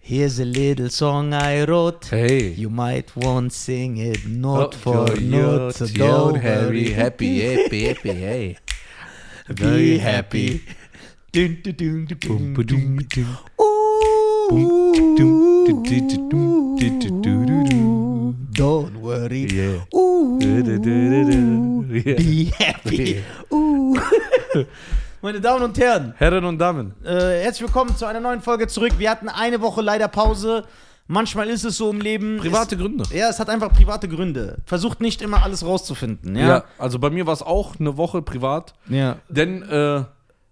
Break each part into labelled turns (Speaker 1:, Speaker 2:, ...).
Speaker 1: Here's a little song I wrote.
Speaker 2: Hey.
Speaker 1: You might want sing it not for
Speaker 2: for
Speaker 1: not. So don't hurry.
Speaker 2: happy, happy, happy, hey.
Speaker 1: Be happy. Dun, dun, dun, dun, dun, dun. Ooh. Don't worry.
Speaker 2: Yeah.
Speaker 1: Ooh.
Speaker 2: Yeah.
Speaker 1: Be happy.
Speaker 2: Yeah.
Speaker 1: Ooh. Meine Damen und Herren,
Speaker 2: Herren und Damen.
Speaker 1: äh, herzlich willkommen zu einer neuen Folge zurück. Wir hatten eine Woche leider Pause. Manchmal ist es so im Leben.
Speaker 2: Private Gründe.
Speaker 1: Es, ja, es hat einfach private Gründe. Versucht nicht immer alles rauszufinden. Ja.
Speaker 2: also bei mir war es auch eine Woche privat,
Speaker 1: ja.
Speaker 2: denn äh,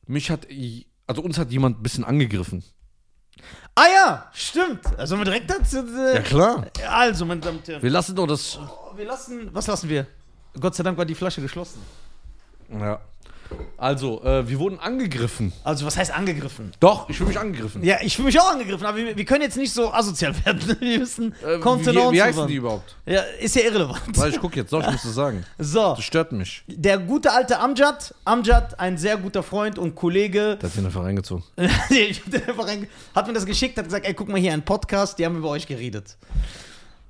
Speaker 2: mich hat, i- also uns hat jemand ein bisschen angegriffen.
Speaker 1: Ah ja, stimmt. Also wir direkt dazu. Äh,
Speaker 2: klar.
Speaker 1: Also, meine Damen und Herren.
Speaker 2: Wir lassen doch das.
Speaker 1: Wir lassen. Was lassen wir? Gott sei Dank war die Flasche geschlossen.
Speaker 2: Ja. Also, äh, wir wurden angegriffen.
Speaker 1: Also, was heißt angegriffen?
Speaker 2: Doch, ich fühle mich angegriffen.
Speaker 1: Ja, ich fühle mich auch angegriffen, aber wir, wir können jetzt nicht so asozial werden. Wir müssen
Speaker 2: Äh,
Speaker 1: Kontenance
Speaker 2: wie, wie heißen
Speaker 1: bewahren.
Speaker 2: die überhaupt?
Speaker 1: Ja, ist ja irrelevant.
Speaker 2: Weil ich gucke jetzt, doch, ich muss das sagen.
Speaker 1: So,
Speaker 2: Das stört mich.
Speaker 1: der gute alte Amjad. Amjad, ein sehr guter Freund und Kollege.
Speaker 2: Der hat den einfach reingezogen.
Speaker 1: Ich hab den einfach reinge- hat mir das geschickt, hat gesagt, ey, guck mal hier, ein Podcast, die haben über euch geredet.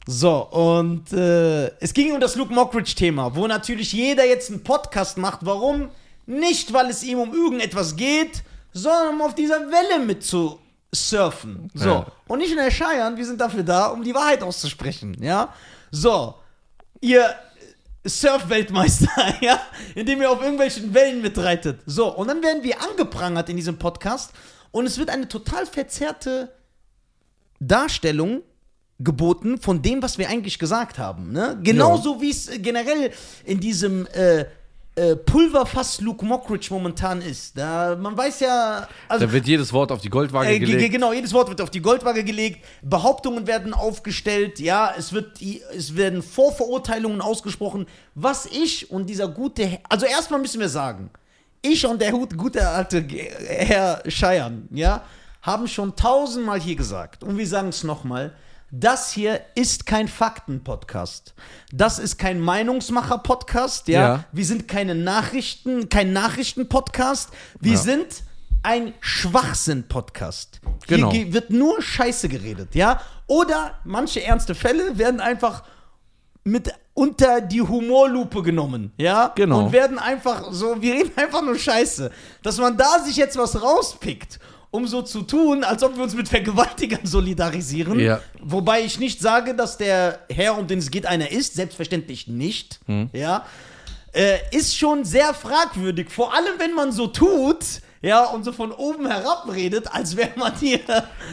Speaker 1: So, und äh, es ging um das Luke Mockridge-Thema, wo natürlich jeder jetzt einen Podcast macht. Warum? Nicht, weil es ihm um irgendetwas geht, sondern um auf dieser Welle mit zu surfen. So.
Speaker 2: Ja.
Speaker 1: Und nicht nur Herr Scheiern, wir sind dafür da, um die Wahrheit auszusprechen, ja? So, ihr Surf-Weltmeister, ja, indem ihr auf irgendwelchen Wellen mitreitet. So, und dann werden wir angeprangert in diesem Podcast und es wird eine total verzerrte Darstellung geboten von dem, was wir eigentlich gesagt haben. Ne? Genauso wie es äh, generell in diesem äh, äh, Pulverfass Luke Mockridge momentan ist. Da, man weiß ja, also
Speaker 2: Da wird jedes Wort auf die Goldwaage
Speaker 1: äh, ge- ge-
Speaker 2: gelegt.
Speaker 1: Genau, jedes Wort wird auf die Goldwaage gelegt, Behauptungen werden aufgestellt, ja, es, wird, die- es werden Vorverurteilungen ausgesprochen. Was ich und dieser gute, Herr- also erstmal müssen wir sagen, ich und der gut- gute alte G- Herr Scheiern, ja, haben schon tausendmal hier gesagt, und wir sagen es nochmal, das hier ist kein Fakten-Podcast. Das ist kein Meinungsmacher-Podcast, ja.
Speaker 2: Ja.
Speaker 1: Wir sind keine Nachrichten, kein Nachrichten-Podcast. Wir
Speaker 2: Ja.
Speaker 1: sind ein Schwachsinn-Podcast.
Speaker 2: Genau.
Speaker 1: Hier ge- wird nur Scheiße geredet, ja? Oder manche ernste Fälle werden einfach mit unter die Humorlupe genommen, ja?
Speaker 2: Genau.
Speaker 1: Und werden einfach so, wir reden einfach nur Scheiße. Dass man da sich jetzt was rauspickt, um so zu tun, als ob wir uns mit Vergewaltigern solidarisieren.
Speaker 2: Ja.
Speaker 1: Wobei ich nicht sage, dass der Herr, um den es geht, einer ist. Selbstverständlich nicht,
Speaker 2: Hm.
Speaker 1: ja? äh, ist schon sehr fragwürdig. Vor allem, wenn man so tut, ja, und so von oben herab redet, als wäre man hier.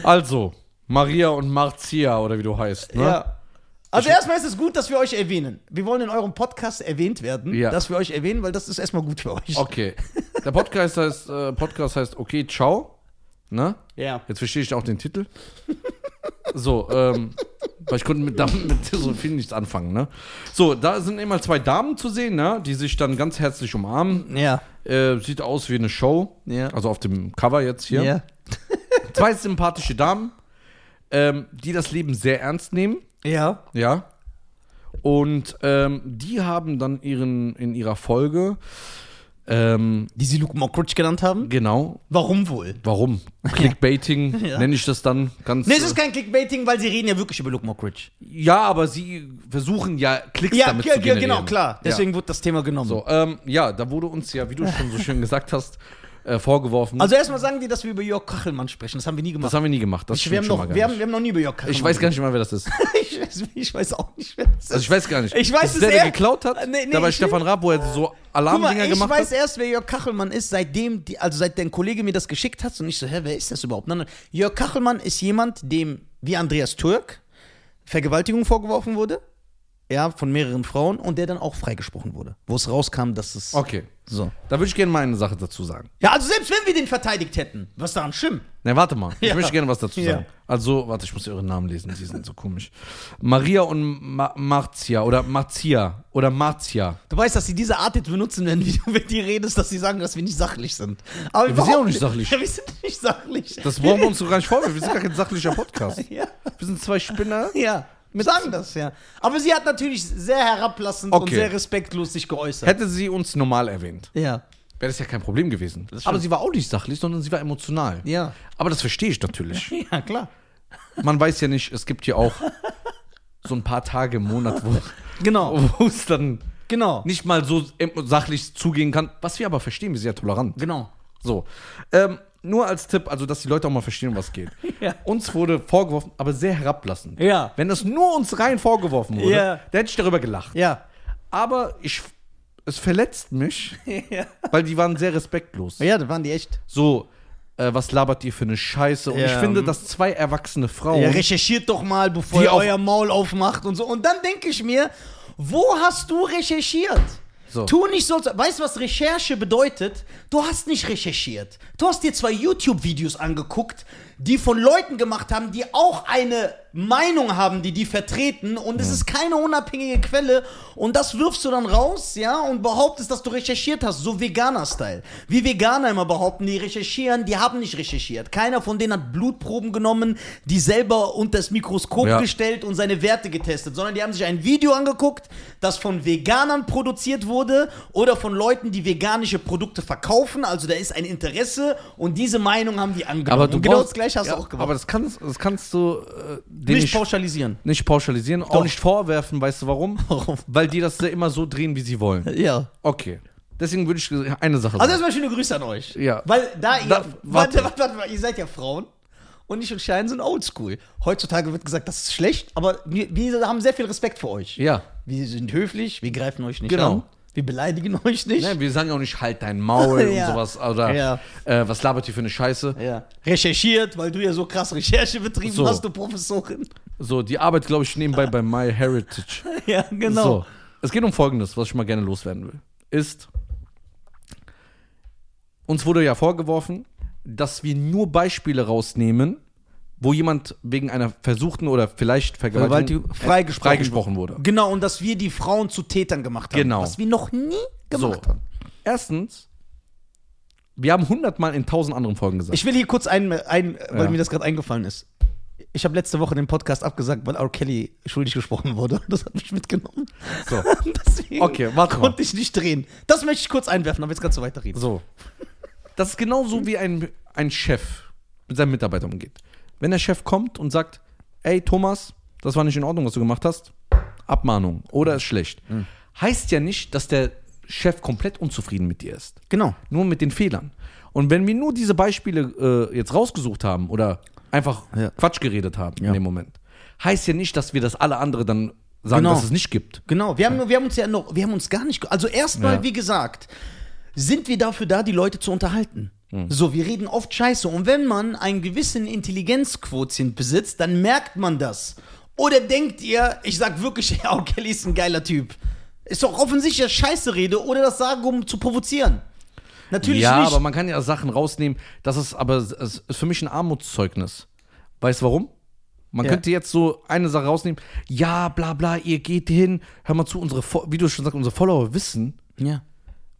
Speaker 2: Also, Maria und Marzia oder wie du heißt, ne?
Speaker 1: Ja. Also erstmal ist es gut, dass wir euch erwähnen. Wir wollen in eurem Podcast erwähnt werden,
Speaker 2: Ja.
Speaker 1: dass wir euch erwähnen, weil das ist erstmal gut für euch.
Speaker 2: Okay. Der Podcast heißt, äh, Podcast heißt Okay, ciao. Ne?
Speaker 1: Ja.
Speaker 2: Jetzt verstehe ich auch den Titel. So, ähm, weil ich konnte mit, Damen- mit so viel nichts anfangen, ne? So, da sind immer zwei Damen zu sehen, ne? Die sich dann ganz herzlich umarmen.
Speaker 1: Ja.
Speaker 2: Äh, sieht aus wie eine Show.
Speaker 1: Ja.
Speaker 2: Also auf dem Cover jetzt hier.
Speaker 1: Ja.
Speaker 2: Zwei sympathische Damen, ähm, die das Leben sehr ernst nehmen.
Speaker 1: Ja.
Speaker 2: Ja. Und ähm, die haben dann ihren in ihrer Folge ähm,
Speaker 1: Die sie Luke Mockridge genannt haben.
Speaker 2: genau.
Speaker 1: Warum wohl?
Speaker 2: Warum? Clickbaiting
Speaker 1: Ja.
Speaker 2: nenne ich das dann ganz. äh,
Speaker 1: Nee, es ist kein Clickbaiting, weil sie reden ja wirklich über Luke Mockridge.
Speaker 2: ja, aber sie versuchen ja Klicks
Speaker 1: Ja,
Speaker 2: damit
Speaker 1: ge-
Speaker 2: zu
Speaker 1: ge-
Speaker 2: generieren.
Speaker 1: genau, klar. Deswegen wurde das Thema genommen.
Speaker 2: Ja. So, ähm, ja, da wurde uns ja, wie du schon so schön gesagt hast, äh, vorgeworfen.
Speaker 1: Also erstmal sagen die, dass wir über Jörg Kachelmann sprechen. Das haben wir nie
Speaker 2: das
Speaker 1: gemacht.
Speaker 2: haben wir nie gemacht. Das
Speaker 1: wir,
Speaker 2: stimmt
Speaker 1: haben
Speaker 2: schon
Speaker 1: noch,
Speaker 2: mal gar
Speaker 1: wir, haben,
Speaker 2: nicht.
Speaker 1: wir haben noch nie über Jörg Kachelmann
Speaker 2: Ich weiß gar nicht mal, wer das ist.
Speaker 1: ich, weiß, ich weiß auch nicht, wer das ist.
Speaker 2: Also ich weiß gar nicht.
Speaker 1: Ich weiß
Speaker 2: das
Speaker 1: es
Speaker 2: ist der, der
Speaker 1: eher-
Speaker 2: geklaut hat.
Speaker 1: Nee, nee,
Speaker 2: dabei
Speaker 1: ich-
Speaker 2: Stefan Raab, wo er so
Speaker 1: Guck mal,
Speaker 2: Alarmdinger
Speaker 1: ich
Speaker 2: gemacht
Speaker 1: weiß
Speaker 2: hat.
Speaker 1: erst, wer Jörg Kachelmann ist, seitdem, die, also seit dein Kollege mir das geschickt hat und ich so, hä, wer ist das überhaupt? Nein, nein. Jörg Kachelmann ist jemand, dem, wie Andreas Türk, Vergewaltigung vorgeworfen wurde, ja, von mehreren Frauen und der dann auch freigesprochen wurde, wo es rauskam, dass es
Speaker 2: Okay.
Speaker 1: so.
Speaker 2: Da würde ich gerne mal eine Sache dazu sagen.
Speaker 1: Ja, also selbst wenn wir den verteidigt hätten, was daran schlimm?
Speaker 2: Na, Ne, warte mal. Ich
Speaker 1: Ja.
Speaker 2: möchte gerne was dazu
Speaker 1: Ja.
Speaker 2: sagen. Also, warte, ich muss euren Namen lesen. Die sind so komisch. Maria und Ma Marzia oder Marzia oder Marzia.
Speaker 1: Du weißt, dass sie diese Art jetzt benutzen, wenn du mit dir redest, dass sie sagen, dass wir nicht sachlich sind. Aber
Speaker 2: wir sind ja auch nicht
Speaker 1: überhaupt
Speaker 2: sachlich.
Speaker 1: Ja, wir sind nicht sachlich.
Speaker 2: Das brauchen wir uns so gar nicht vorwerfen. Wir sind gar kein sachlicher Podcast.
Speaker 1: ja.
Speaker 2: Wir sind zwei Spinner.
Speaker 1: Ja, wir sagen das, ja. Aber sie hat natürlich sehr herablassend und
Speaker 2: Okay.
Speaker 1: sehr respektlos sich geäußert.
Speaker 2: Hätte sie uns normal erwähnt,
Speaker 1: ja.
Speaker 2: wäre das ja kein Problem gewesen.
Speaker 1: stimmt.
Speaker 2: Aber sie war auch nicht sachlich, sondern sie war emotional.
Speaker 1: Ja.
Speaker 2: Aber das verstehe ich natürlich.
Speaker 1: Ja, klar.
Speaker 2: Man weiß ja nicht, es gibt hier auch so ein paar Tage im Monat, wo
Speaker 1: Genau,
Speaker 2: wo es dann
Speaker 1: genau,
Speaker 2: nicht mal so em- sachlich zugehen kann. Was wir aber verstehen, wir sind ja tolerant.
Speaker 1: genau.
Speaker 2: So. Ähm, nur als Tipp, also dass die Leute auch mal verstehen, um was geht.
Speaker 1: Ja.
Speaker 2: Uns wurde vorgeworfen, aber sehr herablassend.
Speaker 1: Ja.
Speaker 2: Wenn das nur uns rein vorgeworfen wurde,
Speaker 1: Ja.
Speaker 2: dann hätte ich darüber gelacht.
Speaker 1: Ja.
Speaker 2: Aber ich, es verletzt mich,
Speaker 1: ja.
Speaker 2: weil die waren sehr respektlos.
Speaker 1: Ja, das waren die echt.
Speaker 2: So, äh, was labert ihr für eine Scheiße? Und ich
Speaker 1: Ja.
Speaker 2: finde, dass zwei erwachsene Frauen.
Speaker 1: Ja, recherchiert doch mal, bevor
Speaker 2: Die
Speaker 1: ihr
Speaker 2: auf-
Speaker 1: euer Maul aufmacht und so. Und dann denke ich mir, wo hast du recherchiert?
Speaker 2: So.
Speaker 1: Tu nicht so, weißt du, was Recherche bedeutet? Du hast nicht recherchiert. Du hast dir zwei YouTube-Videos angeguckt, die von Leuten gemacht haben, die auch eine Meinung haben, die die vertreten und es ist keine unabhängige Quelle und das wirfst du dann raus, ja, und behauptest, dass du recherchiert hast, so Veganer-Style. Wie Veganer immer behaupten, die recherchieren, die haben nicht recherchiert. Keiner von denen hat Blutproben genommen, die selber unter das Mikroskop
Speaker 2: Ja.
Speaker 1: gestellt gestellt und seine Werte getestet, sondern die haben sich ein Video angeguckt, das von Veganern produziert wurde oder von Leuten, die veganische Produkte verkaufen. Also da ist ein Interesse und diese Meinung haben die angenommen.
Speaker 2: aber du
Speaker 1: und genau
Speaker 2: brauchst-
Speaker 1: das gleiche hast
Speaker 2: ja,
Speaker 1: du auch
Speaker 2: Aber
Speaker 1: gemacht.
Speaker 2: das kannst, das kannst du äh, den
Speaker 1: Nicht
Speaker 2: nicht,
Speaker 1: pauschalisieren.
Speaker 2: nicht pauschalisieren, auch
Speaker 1: Doch.
Speaker 2: nicht vorwerfen, weißt du warum?
Speaker 1: Warum?
Speaker 2: Weil die das immer so drehen, wie sie wollen.
Speaker 1: Ja.
Speaker 2: Okay. Deswegen würde ich eine Sache
Speaker 1: Also
Speaker 2: sagen.
Speaker 1: erstmal schöne Grüße an euch.
Speaker 2: Ja.
Speaker 1: Weil da ihr.
Speaker 2: Da-
Speaker 1: warte,
Speaker 2: warte.
Speaker 1: warte, warte, warte, ihr seid ja Frauen. Und ich und Schein sind oldschool. Heutzutage wird gesagt, das ist schlecht, aber wir, wir haben sehr viel Respekt für euch.
Speaker 2: ja.
Speaker 1: Wir sind höflich, wir greifen euch nicht
Speaker 2: Genau.
Speaker 1: an. Wir beleidigen euch nicht.
Speaker 2: Ne, wir sagen ja auch nicht, halt dein Maul
Speaker 1: Ja.
Speaker 2: und sowas. Oder
Speaker 1: Ja.
Speaker 2: äh, was labert ihr für eine Scheiße?
Speaker 1: Ja. Recherchiert, weil du ja so krass Recherche betrieben
Speaker 2: So.
Speaker 1: hast, du Professorin.
Speaker 2: So, die Arbeit, glaube ich, nebenbei bei MyHeritage.
Speaker 1: Ja, genau.
Speaker 2: So, es geht um Folgendes, was ich mal gerne loswerden will. Ist, uns wurde ja vorgeworfen, dass wir nur Beispiele rausnehmen, wo jemand wegen einer versuchten oder vielleicht Vergewaltigung
Speaker 1: Vergewaltigung freigesprochen
Speaker 2: freigesprochen wurde.
Speaker 1: Genau, und dass wir die Frauen zu Tätern gemacht haben.
Speaker 2: Genau.
Speaker 1: Was wir noch nie gemacht
Speaker 2: So.
Speaker 1: haben.
Speaker 2: Erstens, wir haben hundertmal in tausend anderen Folgen gesagt.
Speaker 1: Ich will hier kurz ein, ein weil
Speaker 2: Ja.
Speaker 1: mir das gerade eingefallen ist. Ich habe letzte Woche den Podcast abgesagt, weil R. Kelly schuldig gesprochen wurde. Das hat mich mitgenommen.
Speaker 2: So.
Speaker 1: Deswegen
Speaker 2: Okay, warte mal.
Speaker 1: konnte ich nicht drehen. Das möchte ich kurz einwerfen, aber jetzt kannst du weiterreden.
Speaker 2: So. Das ist genauso wie ein, ein Chef mit seinen Mitarbeitern umgeht. Wenn der Chef kommt und sagt, ey Thomas, das war nicht in Ordnung, was du gemacht hast, Abmahnung oder ist schlecht,
Speaker 1: Hm.
Speaker 2: heißt ja nicht, dass der Chef komplett unzufrieden mit dir ist.
Speaker 1: Genau.
Speaker 2: Nur mit den Fehlern. Und wenn wir nur diese Beispiele äh, jetzt rausgesucht haben oder einfach
Speaker 1: Ja.
Speaker 2: Quatsch geredet haben
Speaker 1: Ja.
Speaker 2: in dem Moment, heißt ja nicht, dass wir das alle andere dann sagen,
Speaker 1: Genau.
Speaker 2: dass es nicht gibt.
Speaker 1: Genau, wir haben, nur- wir haben uns ja noch, wir haben uns gar nicht, ge- also erstmal,
Speaker 2: Ja.
Speaker 1: wie gesagt, sind wir dafür da, die Leute zu unterhalten.
Speaker 2: Mhm.
Speaker 1: So, wir reden oft Scheiße und wenn man einen gewissen Intelligenzquotient besitzt, dann merkt man das. Oder denkt ihr, ich sag wirklich, ja, Kelly ist ein geiler Typ. Ist doch offensichtlich, dass ich Scheiße rede oder das sage, um zu provozieren. Natürlich
Speaker 2: ja,
Speaker 1: nicht.
Speaker 2: aber man kann ja Sachen rausnehmen. Das ist aber es ist für mich ein Armutszeugnis. Weißt du warum? Man
Speaker 1: Ja.
Speaker 2: könnte jetzt so eine Sache rausnehmen. Ja, bla bla, ihr geht hin. Hör mal zu, unsere, Fo- wie du schon sagst, unsere Follower wissen,
Speaker 1: ja.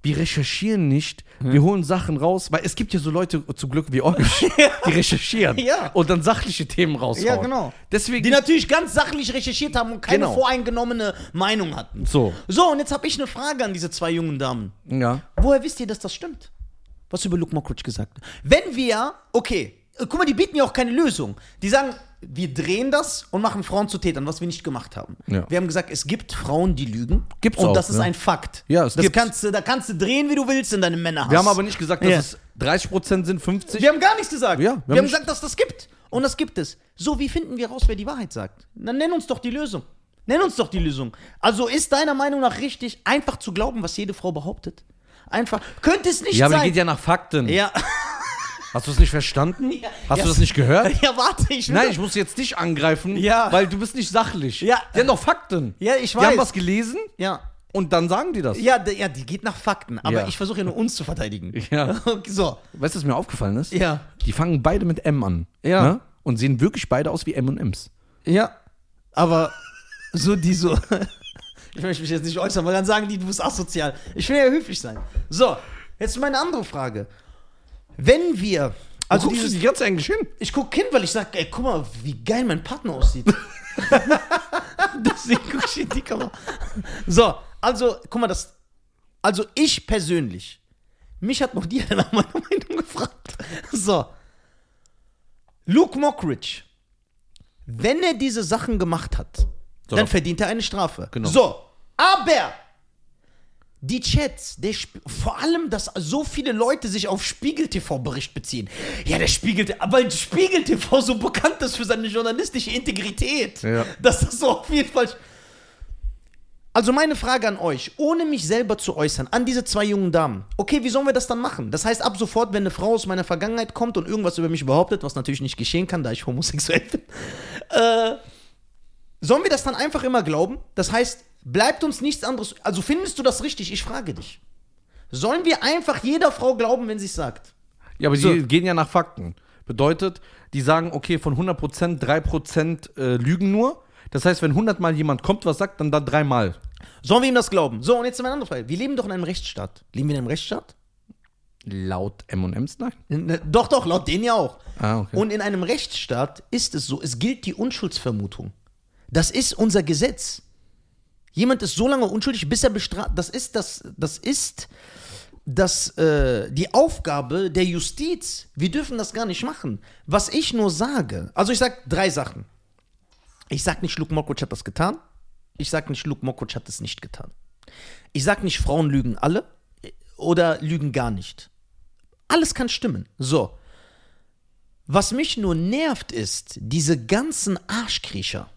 Speaker 2: wir recherchieren nicht.
Speaker 1: Hm.
Speaker 2: Wir holen Sachen raus, weil es gibt ja so Leute zum Glück wie euch, die recherchieren
Speaker 1: Ja.
Speaker 2: und dann sachliche Themen raushauen.
Speaker 1: Ja, genau.
Speaker 2: Deswegen
Speaker 1: Die natürlich ganz sachlich recherchiert haben und keine
Speaker 2: Genau.
Speaker 1: voreingenommene Meinung hatten.
Speaker 2: so.
Speaker 1: So, und jetzt habe ich eine Frage an diese zwei jungen Damen.
Speaker 2: Ja.
Speaker 1: Woher wisst ihr, dass das stimmt? Was über Luke Mockridge gesagt wird. Wenn wir, okay, äh, guck mal, die bieten ja auch keine Lösung. Die sagen, wir drehen das und machen Frauen zu Tätern, was wir nicht gemacht haben.
Speaker 2: Ja.
Speaker 1: Wir haben gesagt, es gibt Frauen, die lügen.
Speaker 2: Gibt's
Speaker 1: und
Speaker 2: auch,
Speaker 1: das ist
Speaker 2: ja.
Speaker 1: ein Fakt.
Speaker 2: Ja, es
Speaker 1: das
Speaker 2: gibt's.
Speaker 1: kannst du, Da kannst du drehen, wie du willst in deinem Männerhass.
Speaker 2: Wir haben aber nicht gesagt, dass
Speaker 1: Ja.
Speaker 2: es 30% sind, 50%.
Speaker 1: Wir haben gar nichts gesagt.
Speaker 2: Ja, wir
Speaker 1: wir,
Speaker 2: haben
Speaker 1: haben
Speaker 2: nicht-
Speaker 1: gesagt, dass das gibt. Und das gibt es. So, wie finden wir raus, wer die Wahrheit sagt? Dann nenn uns doch die Lösung. Nenn uns doch die Lösung. Also ist deiner Meinung nach richtig, einfach zu glauben, was jede Frau behauptet? Einfach. Könnte es nicht
Speaker 2: Ja, aber die
Speaker 1: sein.
Speaker 2: geht ja nach Fakten.
Speaker 1: ja,
Speaker 2: Hast du es nicht verstanden?
Speaker 1: Ja.
Speaker 2: Hast
Speaker 1: Ja.
Speaker 2: du das nicht gehört?
Speaker 1: ja, warte, ich will.
Speaker 2: Nein,
Speaker 1: doch-
Speaker 2: ich muss jetzt dich angreifen,
Speaker 1: Ja.
Speaker 2: weil du bist nicht sachlich.
Speaker 1: Ja.
Speaker 2: Die haben doch Fakten.
Speaker 1: Ja, ich
Speaker 2: Die
Speaker 1: weiß.
Speaker 2: haben was gelesen
Speaker 1: ja.
Speaker 2: und dann sagen die das.
Speaker 1: Ja, d- ja, die geht nach Fakten, aber
Speaker 2: Ja.
Speaker 1: ich versuche ja nur uns zu verteidigen.
Speaker 2: Ja.
Speaker 1: Okay, so.
Speaker 2: Weißt du, was mir aufgefallen ist?
Speaker 1: Ja.
Speaker 2: Die fangen beide mit M an.
Speaker 1: Ja.
Speaker 2: Ne? Und sehen wirklich beide aus wie M&Ms.
Speaker 1: Ja. Aber so die so. Ich möchte mich jetzt nicht äußern, weil dann sagen die, du bist asozial. Ich will ja höflich sein. So, jetzt meine andere Frage. Wenn wir. Also dieses,
Speaker 2: die ganze eigentlich hin?
Speaker 1: ich gucke hin, weil ich sage, ey, guck mal, wie geil mein Partner aussieht. Deswegen gucke ich in die Kamera. So, also, guck mal, das. Also ich persönlich, mich hat noch die nach meiner Meinung gefragt. So. Luke Mockridge wenn er diese Sachen gemacht hat,
Speaker 2: So.
Speaker 1: dann verdient er eine Strafe.
Speaker 2: Genau.
Speaker 1: So, aber die Chats, der Sp vor allem, dass so viele Leute sich auf Spiegel TV-Bericht beziehen. Ja, der Spiegel, weil Spiegel TV so bekannt ist für seine journalistische Integrität,
Speaker 2: Ja.
Speaker 1: dass das so auf jeden Fall. Also meine Frage an euch, ohne mich selber zu äußern, an diese zwei jungen Damen. Okay, wie sollen wir das dann machen? Das heißt, ab sofort, wenn eine Frau aus meiner Vergangenheit kommt und irgendwas über mich behauptet, was natürlich nicht geschehen kann, da ich homosexuell bin, äh, sollen wir das dann einfach immer glauben? Das heißt, bleibt uns nichts anderes. Also findest du das richtig? Ich frage dich. Sollen wir einfach jeder Frau glauben, wenn sie es sagt?
Speaker 2: Ja, aber
Speaker 1: So.
Speaker 2: die gehen ja nach Fakten. Bedeutet, die sagen, okay, von 100%, 3% äh, lügen nur. Das heißt, wenn 100 Mal jemand kommt, was sagt, dann da dreimal.
Speaker 1: Sollen wir ihm das glauben? So, und jetzt meine andere Frage. Wir leben doch in einem Rechtsstaat. Leben wir in einem Rechtsstaat?
Speaker 2: Laut M&M's? Nein.
Speaker 1: Ne, Doch, doch, laut denen ja auch.
Speaker 2: Ah, okay.
Speaker 1: Und in einem Rechtsstaat ist es so, es gilt die Unschuldsvermutung. Das ist unser Gesetz. Jemand ist so lange unschuldig, bis er bestraft. Das ist das, das ist das, äh, die Aufgabe der Justiz. Wir dürfen das gar nicht machen. Was ich nur sage, also ich sage drei Sachen. Ich sage nicht, Luke Mockridge hat das getan. Ich sage nicht, Luke Mockridge hat es nicht getan. Ich sage nicht, Frauen lügen alle oder lügen gar nicht. Alles kann stimmen. So. Was mich nur nervt, ist diese ganzen Arschkriecher.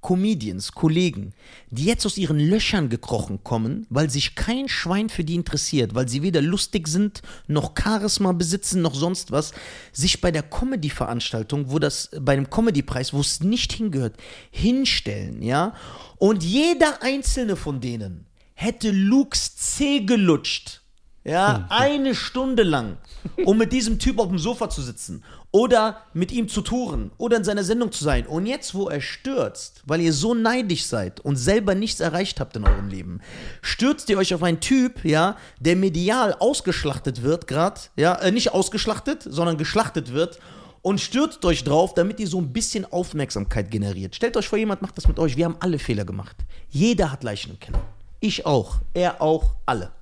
Speaker 1: Comedians, Kollegen, die jetzt aus ihren Löchern gekrochen kommen, weil sich kein Schwein für die interessiert, weil sie weder lustig sind, noch Charisma besitzen, noch sonst was, sich bei der Comedy-Veranstaltung, wo das, bei dem Comedy-Preis, wo es nicht hingehört, hinstellen, ja? Und jeder einzelne von denen hätte Lukes Zeh gelutscht. Ja, eine Stunde lang, um mit diesem Typ auf dem Sofa zu sitzen oder mit ihm zu touren oder in seiner Sendung zu sein. Und jetzt, wo er stürzt, weil ihr so neidisch seid und selber nichts erreicht habt in eurem Leben, stürzt ihr euch auf einen Typ, ja, der medial ausgeschlachtet wird gerade, ja, äh, nicht ausgeschlachtet, sondern geschlachtet wird und stürzt euch drauf, damit ihr so ein bisschen Aufmerksamkeit generiert. Stellt euch vor, jemand macht das mit euch. Wir haben alle Fehler gemacht. Jeder hat Leichen im Keller. Ich auch, er auch, alle.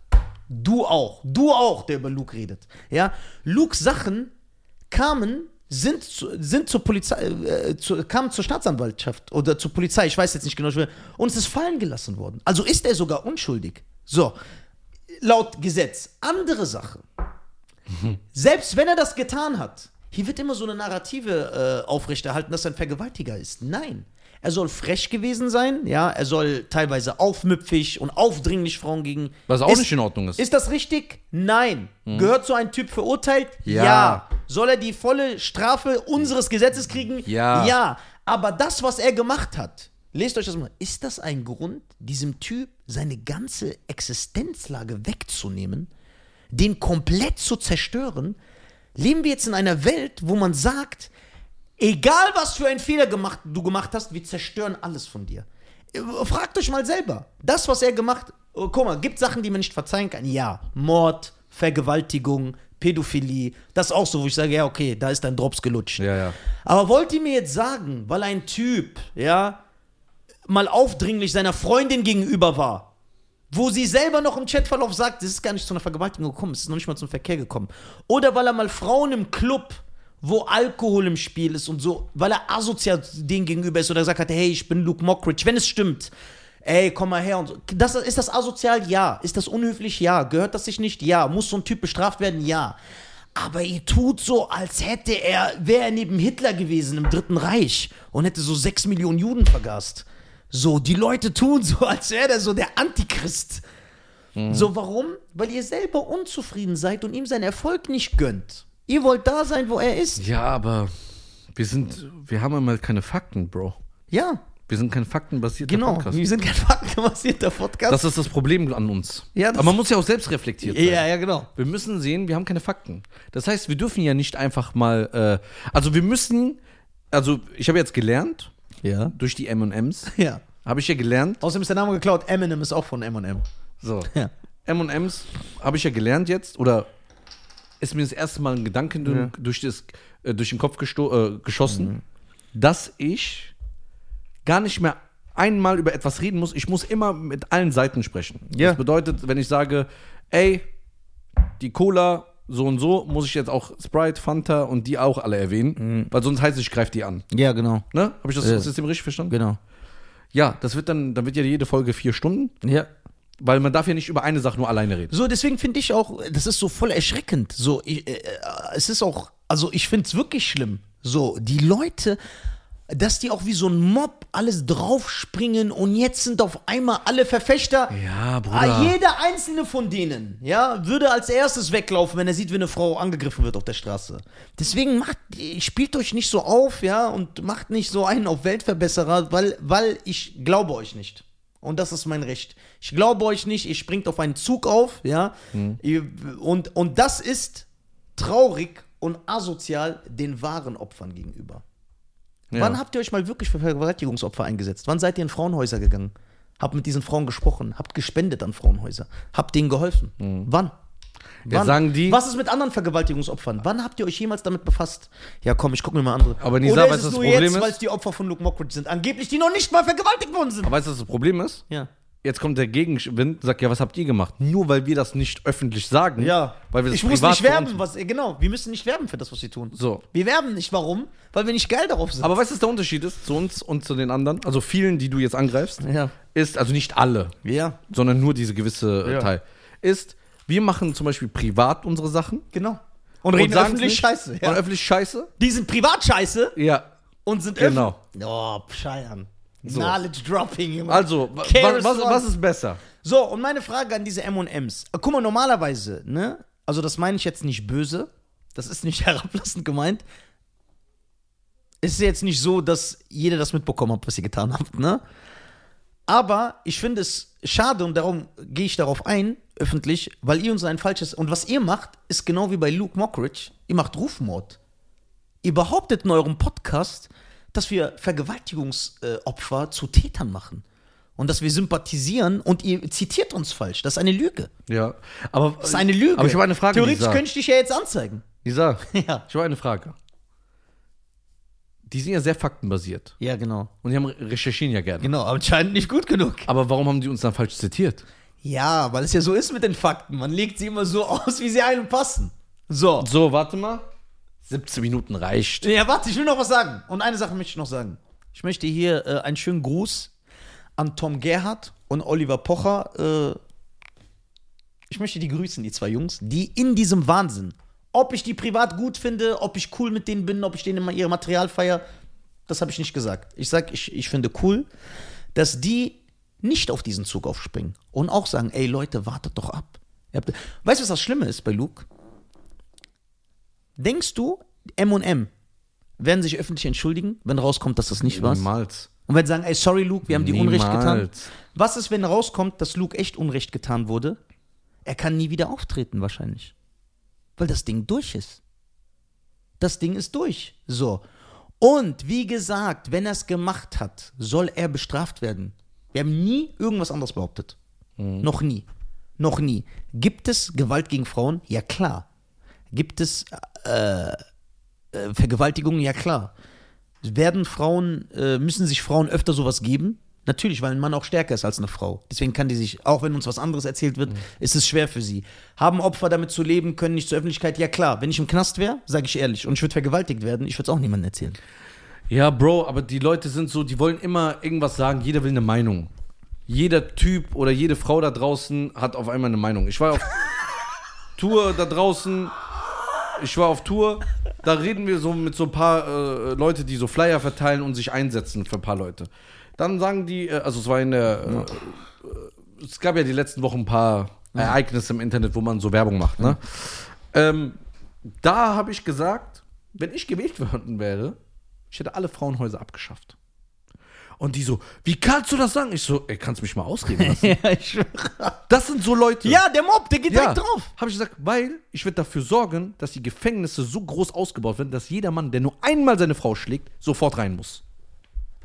Speaker 1: Du auch, du auch, der über Luke redet. Ja, Lukes Sachen kamen sind zu, sind zur Polizei äh, zu, kamen zur Staatsanwaltschaft oder zur Polizei, ich weiß jetzt nicht genau, ich will- und es ist fallen gelassen worden. Also ist er sogar unschuldig. So, laut Gesetz. Andere Sache selbst wenn er das getan hat, hier wird immer so eine Narrative äh, aufrechterhalten, dass er ein Vergewaltiger ist. Nein. Er soll frech gewesen sein, ja, er soll teilweise aufmüpfig und aufdringlich Frauen gegen.
Speaker 2: Was auch nicht in Ordnung ist. Hm.
Speaker 1: Ist das richtig? Nein. Gehört so ein Typ verurteilt?
Speaker 2: Ja.
Speaker 1: Soll er die volle Strafe unseres Gesetzes kriegen?
Speaker 2: Ja.
Speaker 1: Ja. Aber das, was er gemacht hat, lest euch das mal. Ist das ein Grund, diesem Typ seine ganze Existenzlage wegzunehmen? den komplett zu zerstören, leben wir jetzt in einer Welt, wo man sagt, egal was für einen Fehler gemacht, du gemacht hast, wir zerstören alles von dir. Äh, Fragt euch mal selber. Das, was er gemacht, oh, guck mal, gibt Sachen, die man nicht verzeihen kann? Ja, Mord, Vergewaltigung, Pädophilie, das ist auch so, wo ich sage, ja, okay, da ist dein Drops gelutscht.
Speaker 2: Ja, ja.
Speaker 1: Aber wollt ihr mir jetzt sagen, weil ein Typ, ja, mal aufdringlich seiner Freundin gegenüber war, wo sie selber noch im Chatverlauf sagt, es ist gar nicht zu einer Vergewaltigung gekommen, es ist noch nicht mal zum Verkehr gekommen. Oder weil er mal Frauen im Club, wo Alkohol im Spiel ist und so, weil er asozial denen gegenüber ist oder gesagt hat, hey, ich bin Luke Mockridge, wenn es stimmt. Ey, komm mal her und so. Das, ist das asozial? Ja. Ist das unhöflich? Ja. Gehört das sich nicht? Ja. Muss so ein Typ bestraft werden? Ja. Aber ihr tut so, als hätte er, wäre er neben Hitler gewesen im Dritten Reich und hätte so sechs Millionen Juden vergast. So, die Leute tun so, als wäre er so der Antichrist. So, warum? Weil ihr selber unzufrieden seid und ihm seinen Erfolg nicht gönnt. Ihr wollt da sein, wo er ist.
Speaker 2: Ja, aber wir sind, wir haben immer keine Fakten, Bro.
Speaker 1: Ja,
Speaker 2: Wir sind kein faktenbasierter
Speaker 1: genau.
Speaker 2: Podcast.
Speaker 1: Wir sind kein faktenbasierter Podcast.
Speaker 2: Das ist das Problem an uns.
Speaker 1: Ja, das-
Speaker 2: aber man muss ja auch selbst reflektiert sein.
Speaker 1: ja, genau.
Speaker 2: Wir müssen sehen, wir haben keine Fakten. Das heißt, wir dürfen ja nicht einfach mal, äh, also wir müssen, also ich habe jetzt gelernt,
Speaker 1: Ja.
Speaker 2: durch die M&M's,
Speaker 1: Ja.
Speaker 2: habe ich ja gelernt,
Speaker 1: Außerdem ist der Name geklaut. Eminem ist auch von Eminem.
Speaker 2: so,
Speaker 1: Ja.
Speaker 2: M&M's habe ich ja gelernt jetzt oder ist mir das erste Mal ein Gedanke durch, das, äh, durch den Kopf gesto äh, geschossen,
Speaker 1: Mhm.
Speaker 2: dass ich gar nicht mehr einmal über etwas reden muss. Ich muss immer mit allen Seiten sprechen.
Speaker 1: Ja.
Speaker 2: Das bedeutet, wenn ich sage, ey, die Cola so und so muss ich jetzt auch Sprite, Fanta und die auch alle erwähnen, weil sonst heißt es, ich greife die an.
Speaker 1: Ja, genau.
Speaker 2: Ne? Habe ich das
Speaker 1: Mhm. Ja.
Speaker 2: System richtig verstanden?
Speaker 1: Genau.
Speaker 2: Ja, das wird dann, dann wird ja jede Folge vier Stunden,
Speaker 1: Ja.
Speaker 2: weil man darf ja nicht über eine Sache nur alleine reden.
Speaker 1: So, deswegen finde ich auch, das ist so voll erschreckend. So, ich, äh, äh, es ist auch, also ich finde es wirklich schlimm. So, die Leute, dass die auch wie so ein Mob alles draufspringen und jetzt sind auf einmal alle Verfechter.
Speaker 2: Ja, Bruder.
Speaker 1: Ah, Jeder einzelne von denen, ja, würde als erstes weglaufen, wenn er sieht, wie eine Frau angegriffen wird auf der Straße. Deswegen macht, spielt euch nicht so auf, ja, und macht nicht so einen auf Weltverbesserer, weil, weil ich glaube euch nicht. Und das ist mein Recht. Ich glaube euch nicht, ihr springt auf einen Zug auf, ja, ihr, und, und das ist traurig und asozial den wahren Opfern gegenüber.
Speaker 2: ja.
Speaker 1: Wann habt ihr euch mal wirklich für Vergewaltigungsopfer eingesetzt? Wann seid ihr in Frauenhäuser gegangen? Habt mit diesen Frauen gesprochen? Habt gespendet an Frauenhäuser? Habt denen geholfen? Wann?
Speaker 2: Mhm. Ja, sagen die-
Speaker 1: Was ist mit anderen Vergewaltigungsopfern? Wann habt ihr euch jemals damit befasst? Ja, komm, ich guck mir mal andere.
Speaker 2: Aber Nisa,
Speaker 1: Oder
Speaker 2: weißt
Speaker 1: ist
Speaker 2: du,
Speaker 1: es
Speaker 2: was
Speaker 1: nur
Speaker 2: das Problem
Speaker 1: jetzt,
Speaker 2: ist?
Speaker 1: weil es die Opfer von Luke Mockridge sind? Angeblich, die noch nicht mal vergewaltigt worden sind.
Speaker 2: Aber weißt du, was das Problem ist?
Speaker 1: ja.
Speaker 2: Jetzt kommt der Gegenwind und sagt, ja, was habt ihr gemacht? Nur weil wir das nicht öffentlich sagen.
Speaker 1: Ja.
Speaker 2: Weil wir das
Speaker 1: ich muss
Speaker 2: privat
Speaker 1: nicht werben,
Speaker 2: für uns-
Speaker 1: was, genau. Wir müssen nicht werben für das, was sie tun.
Speaker 2: So.
Speaker 1: Wir werben nicht. Warum? Weil wir nicht geil darauf sind.
Speaker 2: Aber weißt du, was der Unterschied ist zu uns und zu den anderen? Also vielen, die du jetzt angreifst,
Speaker 1: ja.
Speaker 2: ist, also nicht alle,
Speaker 1: Ja.
Speaker 2: sondern nur diese gewisse äh,
Speaker 1: Ja.
Speaker 2: Teil, ist, wir machen zum Beispiel privat unsere Sachen.
Speaker 1: Genau. Und, reden
Speaker 2: sagen's
Speaker 1: öffentlich
Speaker 2: nicht.
Speaker 1: Scheiße. Ja.
Speaker 2: Und öffentlich scheiße.
Speaker 1: Die sind privat scheiße.
Speaker 2: Ja.
Speaker 1: Und sind
Speaker 2: Genau.
Speaker 1: öffn- Oh, Scheiern. Knowledge Dropping, Junge.
Speaker 2: Also, wa- wa
Speaker 1: Cares
Speaker 2: was,
Speaker 1: one.
Speaker 2: was ist besser?
Speaker 1: So, und meine Frage an diese MMs. Äh, Guck mal, normalerweise, ne? Also, das meine ich jetzt nicht böse. Das ist nicht herablassend gemeint. Es ist jetzt nicht so, dass jeder das mitbekommen hat, was ihr getan habt, ne? Aber ich finde es schade und darum gehe ich darauf ein, öffentlich, weil ihr uns ein falsches. Und was ihr macht, ist genau wie bei Luke Mockridge. Ihr macht Rufmord. Ihr behauptet in eurem Podcast, dass wir Vergewaltigungsopfer äh, Opfer zu Tätern machen. Und dass wir sympathisieren und ihr zitiert uns falsch. Das ist eine Lüge.
Speaker 2: Ja. Aber,
Speaker 1: Das ist eine Lüge.
Speaker 2: Aber ich habe eine Frage.
Speaker 1: Theoretisch
Speaker 2: Lisa.
Speaker 1: könnte ich dich ja jetzt anzeigen.
Speaker 2: Lisa,
Speaker 1: Ja.
Speaker 2: ich habe eine Frage. Die sind ja sehr faktenbasiert.
Speaker 1: Ja, genau.
Speaker 2: Und die haben recherchieren ja gerne.
Speaker 1: Genau, aber anscheinend nicht gut genug.
Speaker 2: Aber warum haben die uns dann falsch zitiert?
Speaker 1: Ja, weil es ja so ist mit den Fakten. Man legt sie immer so aus, wie sie einem passen. So.
Speaker 2: So, warte mal. 17 Minuten reicht.
Speaker 1: Ja, warte, ich will noch was sagen. Und eine Sache möchte ich noch sagen. Ich möchte hier äh, einen schönen Gruß an Tom Gerhardt und Oliver Pocher. Äh, ich möchte die grüßen, die zwei Jungs, die in diesem Wahnsinn, ob ich die privat gut finde, ob ich cool mit denen bin, ob ich denen immer ihr Material feier, das habe ich nicht gesagt. Ich sag, ich, ich finde cool, dass die nicht auf diesen Zug aufspringen und auch sagen, ey Leute, wartet doch ab. Ihr habt, weißt du, was das Schlimme ist bei Luke? Denkst du, M&M werden sich öffentlich entschuldigen, wenn rauskommt, dass das nicht war?
Speaker 2: Niemals.
Speaker 1: Und wenn sie sagen, ey, sorry Luke, wir haben dir Unrecht getan.
Speaker 2: Niemals.
Speaker 1: Was ist, wenn rauskommt, dass Luke echt Unrecht getan wurde? Er kann nie wieder auftreten wahrscheinlich. Weil das Ding durch ist. Das Ding ist durch. So. Und wie gesagt, wenn er es gemacht hat, soll er bestraft werden. Wir haben nie irgendwas anderes behauptet. Noch nie. Noch nie. Gibt es Gewalt gegen Frauen? Ja klar. Gibt es äh, Vergewaltigung? Ja klar. Werden Frauen, äh, müssen sich Frauen öfter sowas geben? Natürlich, weil ein Mann auch stärker ist als eine Frau. Deswegen kann die sich, auch wenn uns was anderes erzählt wird, ist es schwer für sie. Haben Opfer damit zu leben, können nicht zur Öffentlichkeit? Ja klar, wenn ich im Knast wäre, sage ich ehrlich, und ich würde vergewaltigt werden, ich würde es auch niemandem erzählen.
Speaker 2: Ja, Bro, aber die Leute sind so, die wollen immer irgendwas sagen. Jeder will eine Meinung. Jeder Typ oder jede Frau da draußen hat auf einmal eine Meinung. Ich war auf Tour da draußen. Ich war auf Tour. Da reden wir so mit so ein paar äh, Leute, die so Flyer verteilen und sich einsetzen für ein paar Leute. Dann sagen die, äh, also es war in der. Äh, äh, es gab ja die letzten Wochen ein paar Ereignisse im Internet, wo man so Werbung macht, ne? Ähm, da habe ich gesagt, wenn ich gewählt worden wäre, ich hätte alle Frauenhäuser abgeschafft. Und die so, wie kannst du das sagen? Ich so, ey, kannst mich mal ausreden lassen.
Speaker 1: ja, ich schwöre.
Speaker 2: Das sind so Leute.
Speaker 1: Ja, der Mob, der geht direkt drauf.
Speaker 2: Habe ich gesagt, weil ich werde dafür sorgen, dass die Gefängnisse so groß ausgebaut werden, dass jeder Mann, der nur einmal seine Frau schlägt, sofort rein muss.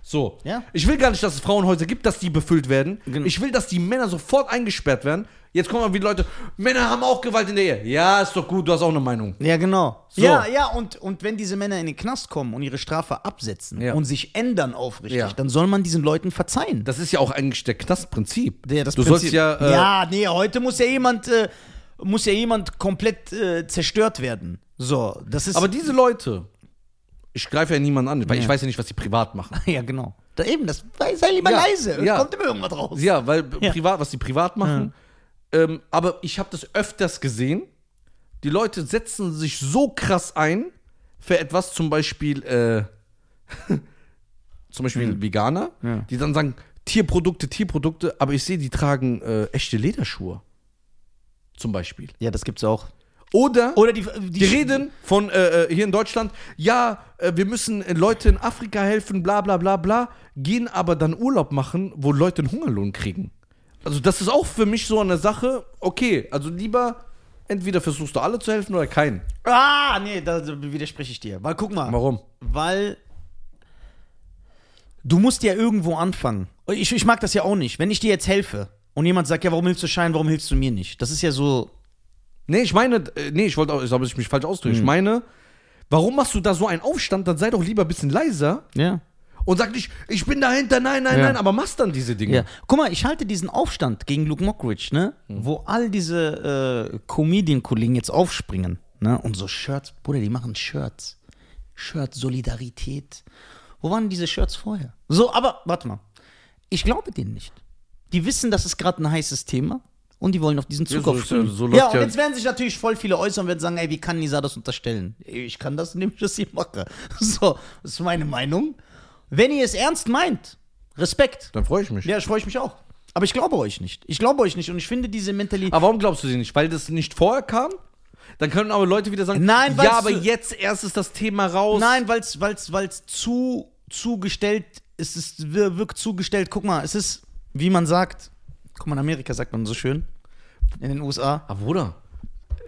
Speaker 2: So.
Speaker 1: Ja.
Speaker 2: Ich will gar nicht, dass es Frauenhäuser gibt, dass die befüllt werden.
Speaker 1: Genau.
Speaker 2: Ich will, dass die Männer sofort eingesperrt werden. Jetzt kommen aber wieder Leute, Männer haben auch Gewalt in der Ehe. Ja, ist doch gut, du hast auch eine Meinung.
Speaker 1: Ja, genau.
Speaker 2: So.
Speaker 1: Ja, ja, und, und wenn diese Männer in den Knast kommen und ihre Strafe absetzen
Speaker 2: Ja.
Speaker 1: und sich ändern aufrichtig,
Speaker 2: Ja.
Speaker 1: dann soll man diesen Leuten verzeihen.
Speaker 2: Das ist ja auch eigentlich der Knastprinzip.
Speaker 1: Der, das
Speaker 2: du sollst
Speaker 1: Prinzip-
Speaker 2: ja. Äh,
Speaker 1: ja, nee, heute muss ja jemand äh, muss ja jemand komplett äh, zerstört werden. So, das ist.
Speaker 2: Aber diese Leute, ich greife ja niemanden an, weil ich
Speaker 1: Ja.
Speaker 2: weiß ja nicht, was die privat machen.
Speaker 1: ja, genau. Da eben, das sei lieber
Speaker 2: Ja,
Speaker 1: leise.
Speaker 2: ja.
Speaker 1: Kommt immer irgendwas raus.
Speaker 2: Ja, weil
Speaker 1: Ja.
Speaker 2: privat, was die privat machen. Ähm, aber ich habe das öfters gesehen. Die Leute setzen sich so krass ein für etwas, zum Beispiel, äh, zum Beispiel Veganer,
Speaker 1: Mhm. Ja.
Speaker 2: die dann sagen, Tierprodukte, Tierprodukte, aber ich sehe, die tragen äh, echte Lederschuhe. Zum Beispiel.
Speaker 1: Ja, das gibt's auch.
Speaker 2: Oder,
Speaker 1: Oder die, die,
Speaker 2: die reden von äh, äh, hier in Deutschland, ja, äh, wir müssen äh, Leute in Afrika helfen, bla bla bla bla, gehen aber dann Urlaub machen, wo Leute einen Hungerlohn kriegen. Also das ist auch für mich so eine Sache, okay, also lieber entweder versuchst du alle zu helfen oder keinen.
Speaker 1: Ah, nee, da widerspreche ich dir. Weil guck mal.
Speaker 2: Warum?
Speaker 1: Weil du musst ja irgendwo anfangen. Ich, ich mag das ja auch nicht. Wenn ich dir jetzt helfe und jemand sagt, ja, warum hilfst du Schein, warum hilfst du mir nicht? Das ist ja so.
Speaker 2: Nee, ich meine, äh, nee, ich wollte auch, ich glaube, ich mich falsch ausdrücke.
Speaker 1: Hm.
Speaker 2: Ich meine, warum machst du da so einen Aufstand, dann sei doch lieber ein bisschen leiser
Speaker 1: Ja.
Speaker 2: und sag nicht, ich bin dahinter, nein, nein,
Speaker 1: Ja.
Speaker 2: nein, aber machst dann diese Dinge. Mhm.
Speaker 1: ja. Guck mal, ich halte diesen Aufstand gegen Luke Mockridge, ne? Wo all diese äh, Comedian-Kollegen jetzt aufspringen, ne? Und so Shirts, Bruder, die machen Shirts. Shirt Solidarität. Wo waren diese Shirts vorher? So, aber warte mal. Ich glaube denen nicht. Die wissen, das ist gerade ein heißes Thema und die wollen auf diesen Zug
Speaker 2: so-
Speaker 1: aufspringen.
Speaker 2: so läuft
Speaker 1: ja, und
Speaker 2: ja-
Speaker 1: jetzt werden sich natürlich voll viele äußern und werden sagen, ey, wie kann Nisa das unterstellen? Ich kann das, indem ich das hier mache. So, das ist meine Meinung. Wenn ihr es ernst meint, Respekt.
Speaker 2: Dann freue ich mich.
Speaker 1: Ja, ich freue ich mich auch. Aber ich glaube euch nicht. Ich glaube euch nicht und ich finde diese Mentalität.
Speaker 2: Aber warum glaubst du sie nicht? Weil das nicht vorher kam? Dann können aber Leute wieder sagen,
Speaker 1: Nein, weil
Speaker 2: ja,
Speaker 1: es-
Speaker 2: aber jetzt erst ist das Thema raus.
Speaker 1: Nein, weil es weil's, weil's zu zugestellt ist, es ist- wir- wirkt zugestellt. Guck mal, es ist, wie man sagt, guck mal, in Amerika sagt man so schön, in den USA.
Speaker 2: Aber Ah, Bruder,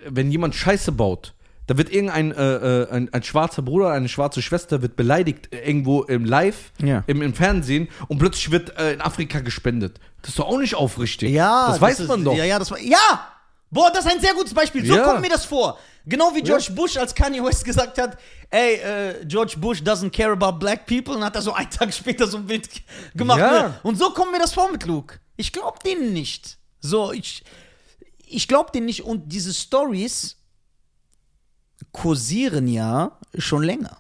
Speaker 2: wenn jemand Scheiße baut, da wird irgendein äh, äh, ein, ein schwarzer Bruder, eine schwarze Schwester wird beleidigt äh, irgendwo im Live,
Speaker 1: Ja.
Speaker 2: im, im Fernsehen und plötzlich wird äh, in Afrika gespendet. Das ist doch auch nicht aufrichtig.
Speaker 1: Ja,
Speaker 2: das weiß
Speaker 1: ist-
Speaker 2: man doch.
Speaker 1: Ja, ja, das war, ja! Boah, das ist ein sehr gutes Beispiel. So
Speaker 2: Ja.
Speaker 1: kommt mir das vor. Genau wie George Bush, als Kanye West gesagt hat, ey, äh, George Bush doesn't care about black people, und hat er so einen Tag später so ein Bild g- gemacht.
Speaker 2: Ja.
Speaker 1: Ne? Und so kommt mir das vor mit Luke. Ich glaube denen nicht. So, ich, ich glaube denen nicht. Und diese Stories kursieren ja schon länger.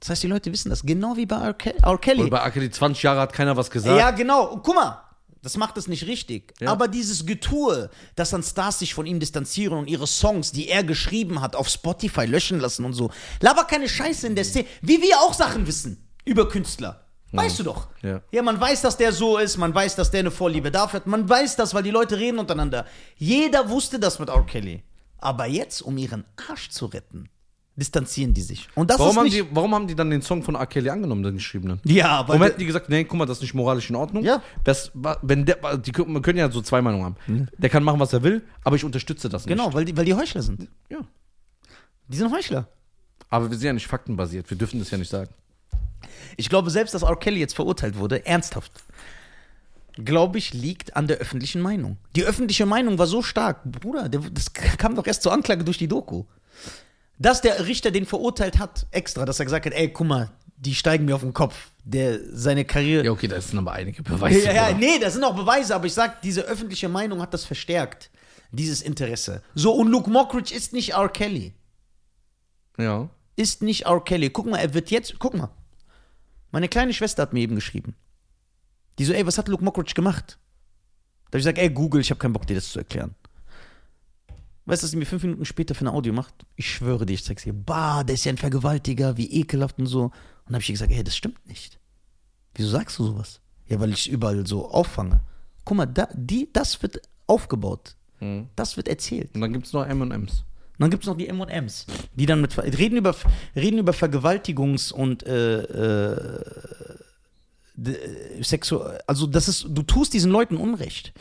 Speaker 1: Das heißt, die Leute wissen das. Genau wie bei R. Ke- R. Kelly.
Speaker 2: Oder bei Ake, die 20 Jahre hat keiner was gesagt.
Speaker 1: Ja, genau. Und guck mal, das macht es nicht richtig.
Speaker 2: Ja.
Speaker 1: Aber dieses Getue, dass dann Stars sich von ihm distanzieren und ihre Songs, die er geschrieben hat, auf Spotify löschen lassen und so. Laber keine Scheiße in der Szene. Wie wir auch Sachen wissen über Künstler. Weißt du doch.
Speaker 2: Ja.
Speaker 1: ja, man weiß, dass der so ist, man weiß, dass der eine Vorliebe dafür hat, man weiß das, weil die Leute reden untereinander. Jeder wusste das mit R. Kelly. Aber jetzt, um ihren Arsch zu retten, distanzieren die sich. Und das
Speaker 2: Warum, haben
Speaker 1: ist nicht...
Speaker 2: die, warum haben die dann den Song von R. Kelly angenommen, den geschriebenen?
Speaker 1: ja,
Speaker 2: Warum
Speaker 1: weil...
Speaker 2: hätten die gesagt, nee, guck mal, das ist nicht moralisch in Ordnung?
Speaker 1: Ja.
Speaker 2: Das, war- wenn der, die, können- man können ja so zwei Meinungen haben. Der kann machen, was er will, aber ich unterstütze das
Speaker 1: Genau, weil die, weil die Heuchler sind.
Speaker 2: nicht. Ja.
Speaker 1: Die sind Heuchler.
Speaker 2: Aber wir sind ja nicht faktenbasiert, wir dürfen das ja nicht sagen.
Speaker 1: Ich glaube selbst, dass R. Kelly jetzt verurteilt wurde, ernsthaft, glaube ich, liegt an der öffentlichen Meinung. Die öffentliche Meinung war so stark, Bruder, der- das kam doch erst zur Anklage durch die Doku. Dass der Richter den verurteilt hat, extra, dass er gesagt hat, ey, guck mal, die steigen mir auf den Kopf. Der, seine Karriere.
Speaker 2: Ja, okay, da sind aber einige Beweise.
Speaker 1: Ja, ja,
Speaker 2: oder?
Speaker 1: nee, das sind auch Beweise, aber ich sag, diese öffentliche Meinung hat das verstärkt, dieses Interesse. So, und Luke Mockridge ist nicht R. Kelly.
Speaker 2: ja.
Speaker 1: Ist nicht R. Kelly. Guck mal, er wird jetzt, guck mal. Meine kleine Schwester hat mir eben geschrieben. Die so, ey, was hat Luke Mockridge gemacht? Da hab ich gesagt, ey, Google, ich habe keinen Bock, dir das zu erklären. Weißt du, was sie mir fünf Minuten später für ein Audio macht? Ich schwöre dir, ich zeig's dir. Bah, der ist ja ein Vergewaltiger, wie ekelhaft und so. Und dann hab ich ihr gesagt, ey, das stimmt nicht. Wieso sagst du sowas? Ja, weil ich überall so auffange. Guck mal, da, die, das wird aufgebaut. Das wird erzählt.
Speaker 2: Und dann gibt es noch MMs.
Speaker 1: Und dann gibt es noch die MMs, die dann mit reden über, reden über Vergewaltigungs- und äh, äh, d- Sexu also das ist, du tust diesen Leuten Unrecht.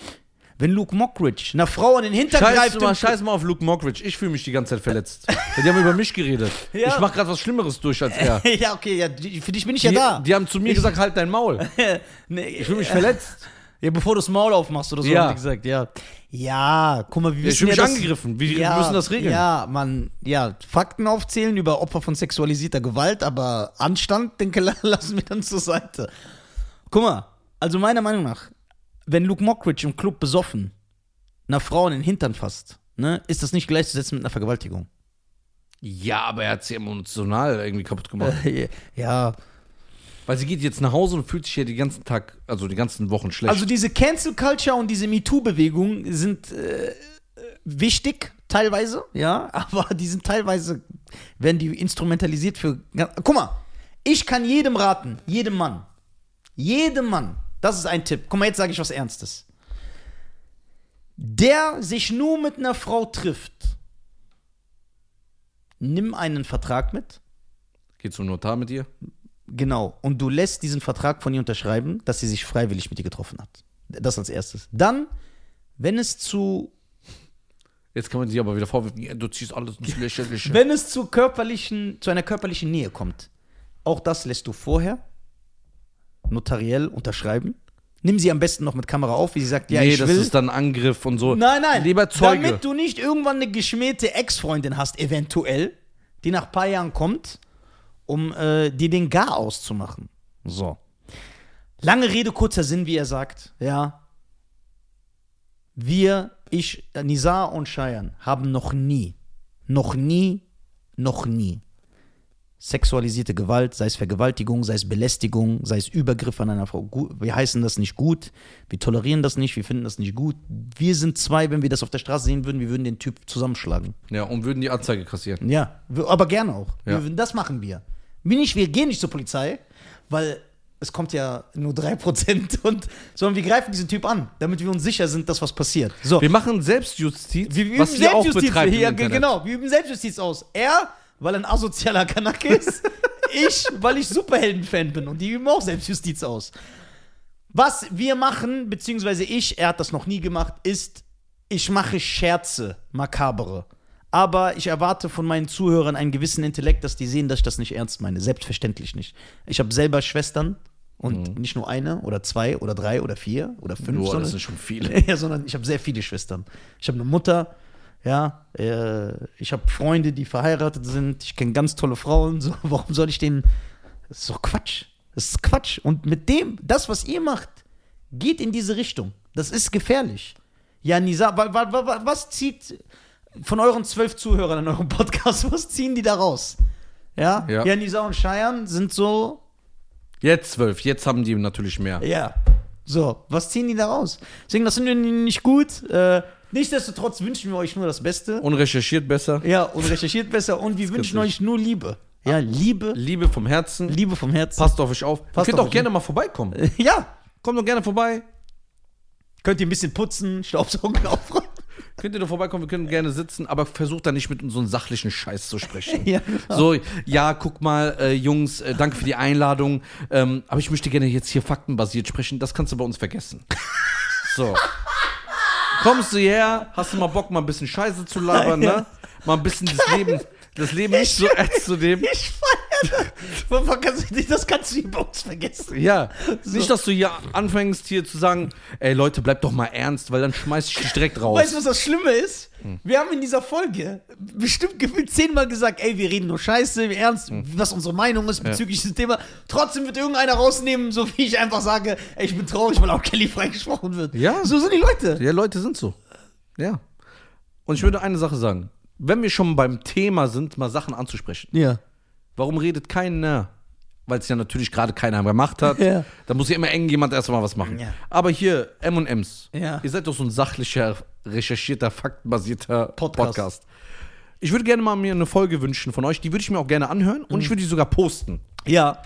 Speaker 1: Wenn Luke Mockridge einer Frau an den Hintern
Speaker 2: Scheiß
Speaker 1: greift,
Speaker 2: mal,
Speaker 1: und-
Speaker 2: scheiß mal auf Luke Mockridge. Ich fühle mich die ganze Zeit verletzt. Ja, die haben über mich geredet.
Speaker 1: Ja.
Speaker 2: Ich mache gerade was Schlimmeres durch als er.
Speaker 1: ja okay, ja, die- für dich bin ich ja
Speaker 2: Die,
Speaker 1: da.
Speaker 2: die haben zu mir gesagt, halt dein Maul.
Speaker 1: nee, ich
Speaker 2: Ich fühle mich verletzt.
Speaker 1: ja, bevor du das Maul aufmachst oder so,
Speaker 2: Ja.
Speaker 1: haben die gesagt, ja. Ja, guck mal, wie wir
Speaker 2: Ich fühle mich angegriffen. Wir
Speaker 1: ja,
Speaker 2: müssen das regeln.
Speaker 1: Ja, man, ja, Fakten aufzählen über Opfer von sexualisierter Gewalt, aber Anstand, denke la- lassen wir dann zur Seite. Guck mal, also meiner Meinung nach, wenn Luke Mockridge im Club besoffen einer Frau in den Hintern fasst ne, ist das nicht gleichzusetzen mit einer Vergewaltigung.
Speaker 2: Ja, aber er hat sie emotional irgendwie kaputt gemacht.
Speaker 1: ja.
Speaker 2: Weil sie geht jetzt nach Hause und fühlt sich ja den ganzen Tag, also die ganzen Wochen schlecht.
Speaker 1: Also diese Cancel Culture und diese MeToo-Bewegung sind äh, äh, wichtig, teilweise, ja, aber die sind teilweise, werden die instrumentalisiert für. ga- Guck mal, ich kann jedem raten, jedem Mann. Jedem Mann. Das ist ein Tipp. Guck mal, jetzt sage ich was Ernstes. Der sich nur mit einer Frau trifft, nimm einen Vertrag mit.
Speaker 2: geht zum Notar mit ihr.
Speaker 1: Genau. Und du lässt diesen Vertrag von ihr unterschreiben, dass sie sich freiwillig mit dir getroffen hat. Das als erstes. Dann, wenn es zu,
Speaker 2: Jetzt kann man sie aber wieder vorwerfen, ja, du ziehst alles ins Lächerliche.
Speaker 1: wenn es zu körperlichen, zu einer körperlichen Nähe kommt, auch das lässt du vorher notariell unterschreiben. Nimm sie am besten noch mit Kamera auf, wie sie sagt, ja,
Speaker 2: nee,
Speaker 1: ich
Speaker 2: das
Speaker 1: will.
Speaker 2: ist dann Angriff und so.
Speaker 1: nein, nein.
Speaker 2: Lieber Zeuge.
Speaker 1: Damit du nicht irgendwann eine geschmähte Ex-Freundin hast, eventuell, die nach ein paar Jahren kommt, um äh, dir den Gar auszumachen. So. Lange Rede, kurzer Sinn, wie er sagt. Ja. Wir, ich, Nizar und Cheyenne haben noch nie, noch nie, noch nie sexualisierte Gewalt, sei es Vergewaltigung, sei es Belästigung, sei es Übergriff an einer Frau. Gu- Wir heißen das nicht gut, wir tolerieren das nicht, wir finden das nicht gut. Wir sind zwei, wenn wir das auf der Straße sehen würden, wir würden den Typ zusammenschlagen.
Speaker 2: ja, und würden die Anzeige kassieren.
Speaker 1: Ja, wir- aber gerne auch.
Speaker 2: Ja.
Speaker 1: Wir, das machen wir. Wir, nicht, wir gehen nicht zur Polizei, weil es kommt ja nur 3% und, sondern wir greifen diesen Typ an, damit wir uns sicher sind, dass was passiert. So.
Speaker 2: Wir machen Selbstjustiz,
Speaker 1: Wir üben
Speaker 2: was ihr auch
Speaker 1: Selbstjustiz.
Speaker 2: betreibt im
Speaker 1: ja, ge-
Speaker 2: Internet.
Speaker 1: genau, wir üben Selbstjustiz aus. Er, weil er ein asozialer Kanacke ist. ich, weil ich Superhelden-Fan bin und die üben auch Selbstjustiz aus. Was wir machen, beziehungsweise ich, er hat das noch nie gemacht, ist, ich mache Scherze, makabere. Aber ich erwarte von meinen Zuhörern einen gewissen Intellekt, dass die sehen, dass ich das nicht ernst meine. Selbstverständlich nicht. Ich habe selber Schwestern und nicht nur eine oder zwei oder drei oder vier oder fünf.
Speaker 2: Mhm. Boah, das
Speaker 1: sondern-
Speaker 2: sind schon viele.
Speaker 1: ja, sondern ich habe sehr viele Schwestern. Ich habe eine Mutter, ja, äh, ich habe Freunde, die verheiratet sind, ich kenne ganz tolle Frauen, so, warum soll ich denen. Das ist doch Quatsch. Das ist Quatsch. Und mit dem, das, was ihr macht, geht in diese Richtung. Das ist gefährlich. Ja, Nisa, wa, wa, wa, wa, was zieht von euren zwölf Zuhörern in eurem Podcast, was ziehen die da raus? Ja, ja.
Speaker 2: Ja.
Speaker 1: Nisa und Scheiern sind so
Speaker 2: Jetzt zwölf, jetzt haben die natürlich mehr.
Speaker 1: ja. So, was ziehen die da raus? Deswegen, das sind wir nicht gut. Äh, nichtsdestotrotz wünschen wir euch nur das Beste.
Speaker 2: Und recherchiert besser.
Speaker 1: Ja, und recherchiert besser. Und wir wünschen
Speaker 2: nicht.
Speaker 1: euch nur Liebe. Ah. Ja, Liebe,
Speaker 2: Liebe vom Herzen.
Speaker 1: Liebe vom Herzen.
Speaker 2: Passt auf euch auf. ihr
Speaker 1: Passt
Speaker 2: könnt
Speaker 1: auf
Speaker 2: auch
Speaker 1: euch
Speaker 2: gerne mal vorbeikommen.
Speaker 1: Ja,
Speaker 2: Kommt doch gerne vorbei.
Speaker 1: könnt ihr ein bisschen putzen, Staubsaugen aufräumen.
Speaker 2: Könnt ihr doch vorbeikommen, wir können gerne sitzen, aber versucht da nicht mit so einem sachlichen Scheiß zu sprechen.
Speaker 1: Ja, genau.
Speaker 2: So, ja, guck mal, äh, Jungs, äh, danke für die Einladung, ähm, aber ich möchte gerne jetzt hier faktenbasiert sprechen, das kannst du bei uns vergessen. So. Kommst du hierher, hast du mal Bock, mal ein bisschen Scheiße zu labern, ne? Mal ein bisschen das Leben, das Leben nicht so ernst zu nehmen.
Speaker 1: Ich feiere das. Wovon kannst du nicht- Das kannst du hier bei uns vergessen.
Speaker 2: Ja, nicht, dass du hier anfängst, hier zu sagen, ey Leute, bleibt doch mal ernst, weil dann schmeiß ich dich direkt raus.
Speaker 1: Weißt du, was das Schlimme ist? Wir haben in dieser Folge bestimmt gefühlt zehnmal gesagt, ey, wir reden nur Scheiße, wir ernst, was unsere Meinung ist bezüglich des Thema. Trotzdem wird irgendeiner rausnehmen, so wie ich einfach sage, ey, ich bin traurig, weil auch Kelly freigesprochen wird.
Speaker 2: Ja.
Speaker 1: So sind die Leute.
Speaker 2: Ja, Leute sind so. Ja. Und ich würde eine Sache sagen. Wenn wir schon beim Thema sind, mal Sachen anzusprechen.
Speaker 1: Ja.
Speaker 2: Warum redet keiner? Weil es ja natürlich gerade keiner gemacht hat.
Speaker 1: Ja.
Speaker 2: Da muss ja immer irgendjemand erstmal was machen.
Speaker 1: Ja.
Speaker 2: Aber hier, M&M's.
Speaker 1: Ja.
Speaker 2: Ihr seid doch so ein sachlicher, recherchierter, faktenbasierter
Speaker 1: Podcast.
Speaker 2: Podcast. Ich würde gerne mal mir eine Folge wünschen von euch. Die würde ich mir auch gerne anhören
Speaker 1: Mhm.
Speaker 2: und ich würde die sogar posten.
Speaker 1: Ja.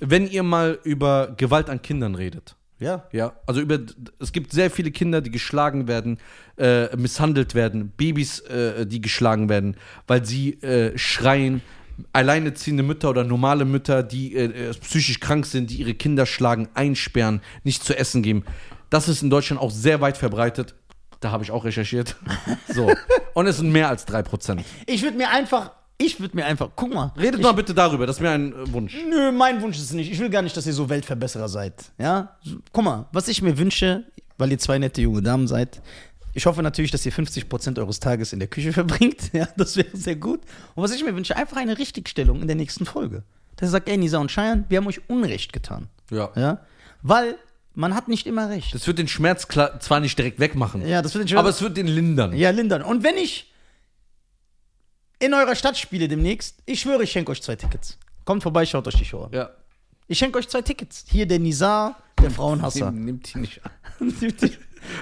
Speaker 2: Wenn ihr mal über Gewalt an Kindern redet.
Speaker 1: Ja.
Speaker 2: Ja, also über es gibt sehr viele Kinder, die geschlagen werden, äh, misshandelt werden, Babys, äh, die geschlagen werden, weil sie äh, schreien. Alleineziehende Mütter oder normale Mütter, die äh, äh, psychisch krank sind, die ihre Kinder schlagen, einsperren, nicht zu essen geben. Das ist in Deutschland auch sehr weit verbreitet. Da habe ich auch recherchiert. So. Und es sind mehr als 3%.
Speaker 1: Ich würde mir einfach, ich würde mir einfach, guck mal.
Speaker 2: Redet mal bitte darüber, das wäre ein äh, Wunsch.
Speaker 1: Nö, mein Wunsch ist es nicht. Ich will gar nicht, dass ihr so Weltverbesserer seid. Ja? Guck mal, was ich mir wünsche, weil ihr zwei nette junge Damen seid, ich hoffe natürlich, dass ihr 50% eures Tages in der Küche verbringt. Ja, das wäre sehr gut. Und was ich mir wünsche, einfach eine Richtigstellung in der nächsten Folge. Da sagt, ey, Nisa und Cheyenne, wir haben euch Unrecht getan.
Speaker 2: Ja.
Speaker 1: Ja? Weil Man hat nicht immer recht.
Speaker 2: Das wird den Schmerz klar, zwar nicht direkt wegmachen,
Speaker 1: ja, das wird nicht
Speaker 2: aber es wird den lindern.
Speaker 1: Ja, lindern. Und wenn ich in eurer Stadt spiele demnächst, ich schwöre, ich schenke euch zwei Tickets. Kommt vorbei, schaut euch die Show an.
Speaker 2: Ja.
Speaker 1: Ich schenke euch zwei Tickets. Hier der Nizar, der Frauenhasser.
Speaker 2: Nimm- Nimmt die nicht an.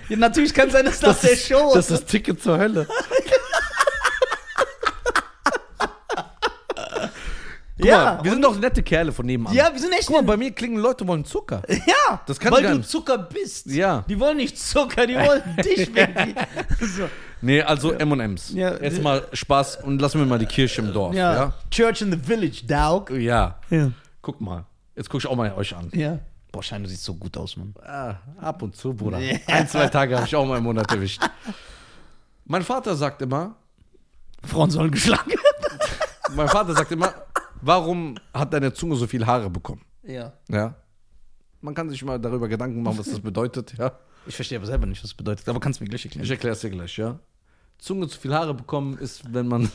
Speaker 1: ja, natürlich kann sein, dass das, der
Speaker 2: ist-
Speaker 1: Show
Speaker 2: Das ist Ticket zur Hölle. Guck
Speaker 1: Ja,
Speaker 2: mal, wir sind doch nette Kerle von nebenan.
Speaker 1: Ja, wir sind echt.
Speaker 2: Guck mal, bei mir klingen Leute wollen Zucker.
Speaker 1: ja,
Speaker 2: Das kann
Speaker 1: weil
Speaker 2: ich gar
Speaker 1: du
Speaker 2: nicht.
Speaker 1: Zucker bist.
Speaker 2: Ja.
Speaker 1: Die wollen nicht Zucker, die wollen dich, Baby. So.
Speaker 2: Nee, also M&M's.
Speaker 1: Ja.
Speaker 2: Erstmal Spaß und lassen wir mal die Kirche im Dorf.
Speaker 1: Ja.
Speaker 2: Ja.
Speaker 1: Church in the Village, Daug.
Speaker 2: Ja.
Speaker 1: Ja.
Speaker 2: Guck mal. Jetzt guck ich auch mal euch an.
Speaker 1: ja. Boah, Schein, du siehst so gut aus, Mann.
Speaker 2: Ah, ab und zu, Bruder.
Speaker 1: Ja.
Speaker 2: Ein, zwei Tage habe ich auch mal im Monat erwischt. Mein Vater sagt immer,
Speaker 1: Frauen sollen geschlagen werden.
Speaker 2: mein Vater sagt immer, warum hat deine Zunge so viel Haare bekommen?
Speaker 1: Ja.
Speaker 2: Ja. Man kann sich mal darüber Gedanken machen, was das bedeutet, ja.
Speaker 1: Ich verstehe aber selber nicht, was das bedeutet, aber kannst du mir gleich erklären.
Speaker 2: Ich erkläre es dir gleich, ja. Zunge zu viel Haare bekommen ist, wenn man.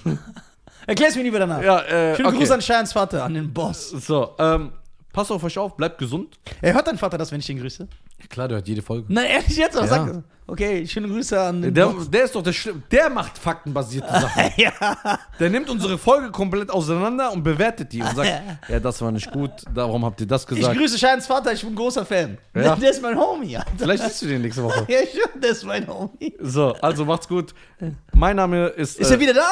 Speaker 1: Erklär's mir lieber danach.
Speaker 2: ja, äh,
Speaker 1: Schönen Gruß an Scheins Vater, an den Boss.
Speaker 2: So, ähm, pass auf euch auf, bleibt gesund.
Speaker 1: Er hört dein Vater das, wenn ich ihn grüße?
Speaker 2: Klar, der hört jede Folge.
Speaker 1: Nein, ehrlich jetzt, aber
Speaker 2: Ja.
Speaker 1: sag das. Okay, schöne Grüße an den
Speaker 2: Der,
Speaker 1: Boss.
Speaker 2: der ist doch der Schlimm. Der macht faktenbasierte Sachen.
Speaker 1: Ja.
Speaker 2: Der nimmt unsere Folge komplett auseinander und bewertet die und sagt, ja, das war nicht gut, darum habt ihr das
Speaker 1: Ich
Speaker 2: gesagt.
Speaker 1: grüße Scheins Vater, ich bin ein großer Fan.
Speaker 2: Ja.
Speaker 1: Der ist mein Homie, Alter.
Speaker 2: Vielleicht siehst du den nächste Woche.
Speaker 1: Ja, stimmt, der ist mein Homie.
Speaker 2: So, also macht's gut. Mein Name ist. äh,
Speaker 1: Ist er wieder da?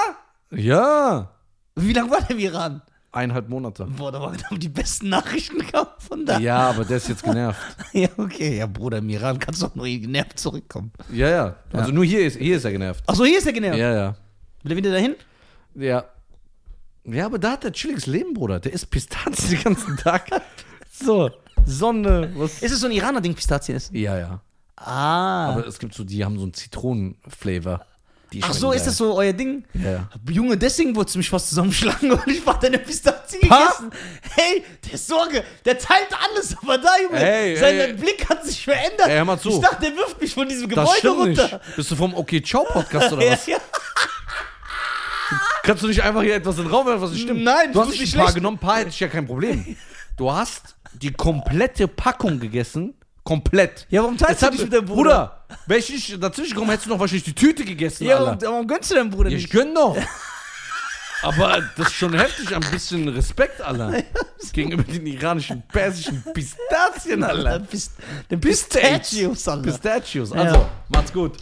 Speaker 2: ja,
Speaker 1: Wie lange war der im Iran?
Speaker 2: eineinhalb Monate.
Speaker 1: Boah, da waren die besten Nachrichten kamen von da.
Speaker 2: Ja, aber der ist jetzt genervt.
Speaker 1: Ja, okay. Ja, Bruder, im Iran kannst du auch nur genervt zurückkommen.
Speaker 2: Ja, ja. Also nur hier ist, hier ist er genervt.
Speaker 1: Achso, hier ist er genervt.
Speaker 2: Ja, ja.
Speaker 1: Will er wieder dahin?
Speaker 2: Ja. Ja, aber da hat er chilliges Leben, Bruder. Der isst Pistazien den ganzen Tag. So, Sonne, was.
Speaker 1: Ist es so ein Iraner-Ding, Pistazien ist?
Speaker 2: Ja, ja.
Speaker 1: Ah.
Speaker 2: Aber es gibt so, die haben so einen Zitronenflavor. Die
Speaker 1: Ach
Speaker 2: schmecken
Speaker 1: so, ist
Speaker 2: geil.
Speaker 1: das so euer Ding?
Speaker 2: Ja, ja.
Speaker 1: Junge, deswegen wolltest du mich fast zusammenschlagen, weil ich war deine Pistazie
Speaker 2: Was?
Speaker 1: gegessen. Hey, der Sorge, der teilt alles, aber da, Junge,
Speaker 2: Ey,
Speaker 1: sein
Speaker 2: ey.
Speaker 1: Blick hat sich verändert.
Speaker 2: Ey, hör mal zu.
Speaker 1: Ich dachte, der wirft mich von diesem Gebäude
Speaker 2: Das stimmt
Speaker 1: runter.
Speaker 2: nicht. Bist du vom Okay Ciao Podcast oder
Speaker 1: Ja,
Speaker 2: was?
Speaker 1: ja.
Speaker 2: Kannst du nicht einfach hier etwas in den Raum werfen, was nicht stimmt?
Speaker 1: Nein,
Speaker 2: du
Speaker 1: das
Speaker 2: hast
Speaker 1: ist nicht
Speaker 2: nicht ein paar
Speaker 1: schlecht.
Speaker 2: genommen, ein paar hätte ich ja kein Problem. Du hast die komplette Packung gegessen. Komplett.
Speaker 1: Ja, warum teilst
Speaker 2: Jetzt
Speaker 1: du
Speaker 2: hab-
Speaker 1: dich mit deinem Bruder?
Speaker 2: Bruder, wäre ich nicht dazwischen gekommen, hättest du noch wahrscheinlich die Tüte gegessen,
Speaker 1: Ja,
Speaker 2: Alter.
Speaker 1: warum, warum gönnst du deinem Bruder
Speaker 2: Ja, ich
Speaker 1: nicht?
Speaker 2: gönn doch. Aber das ist schon heftig, ein bisschen Respekt, Alter. Gegenüber den iranischen, persischen Pistazien, Alter.
Speaker 1: Pist- Den
Speaker 2: Pistache.
Speaker 1: Pistachios, Alter.
Speaker 2: Pistachios. Also,
Speaker 1: Ja.
Speaker 2: macht's gut.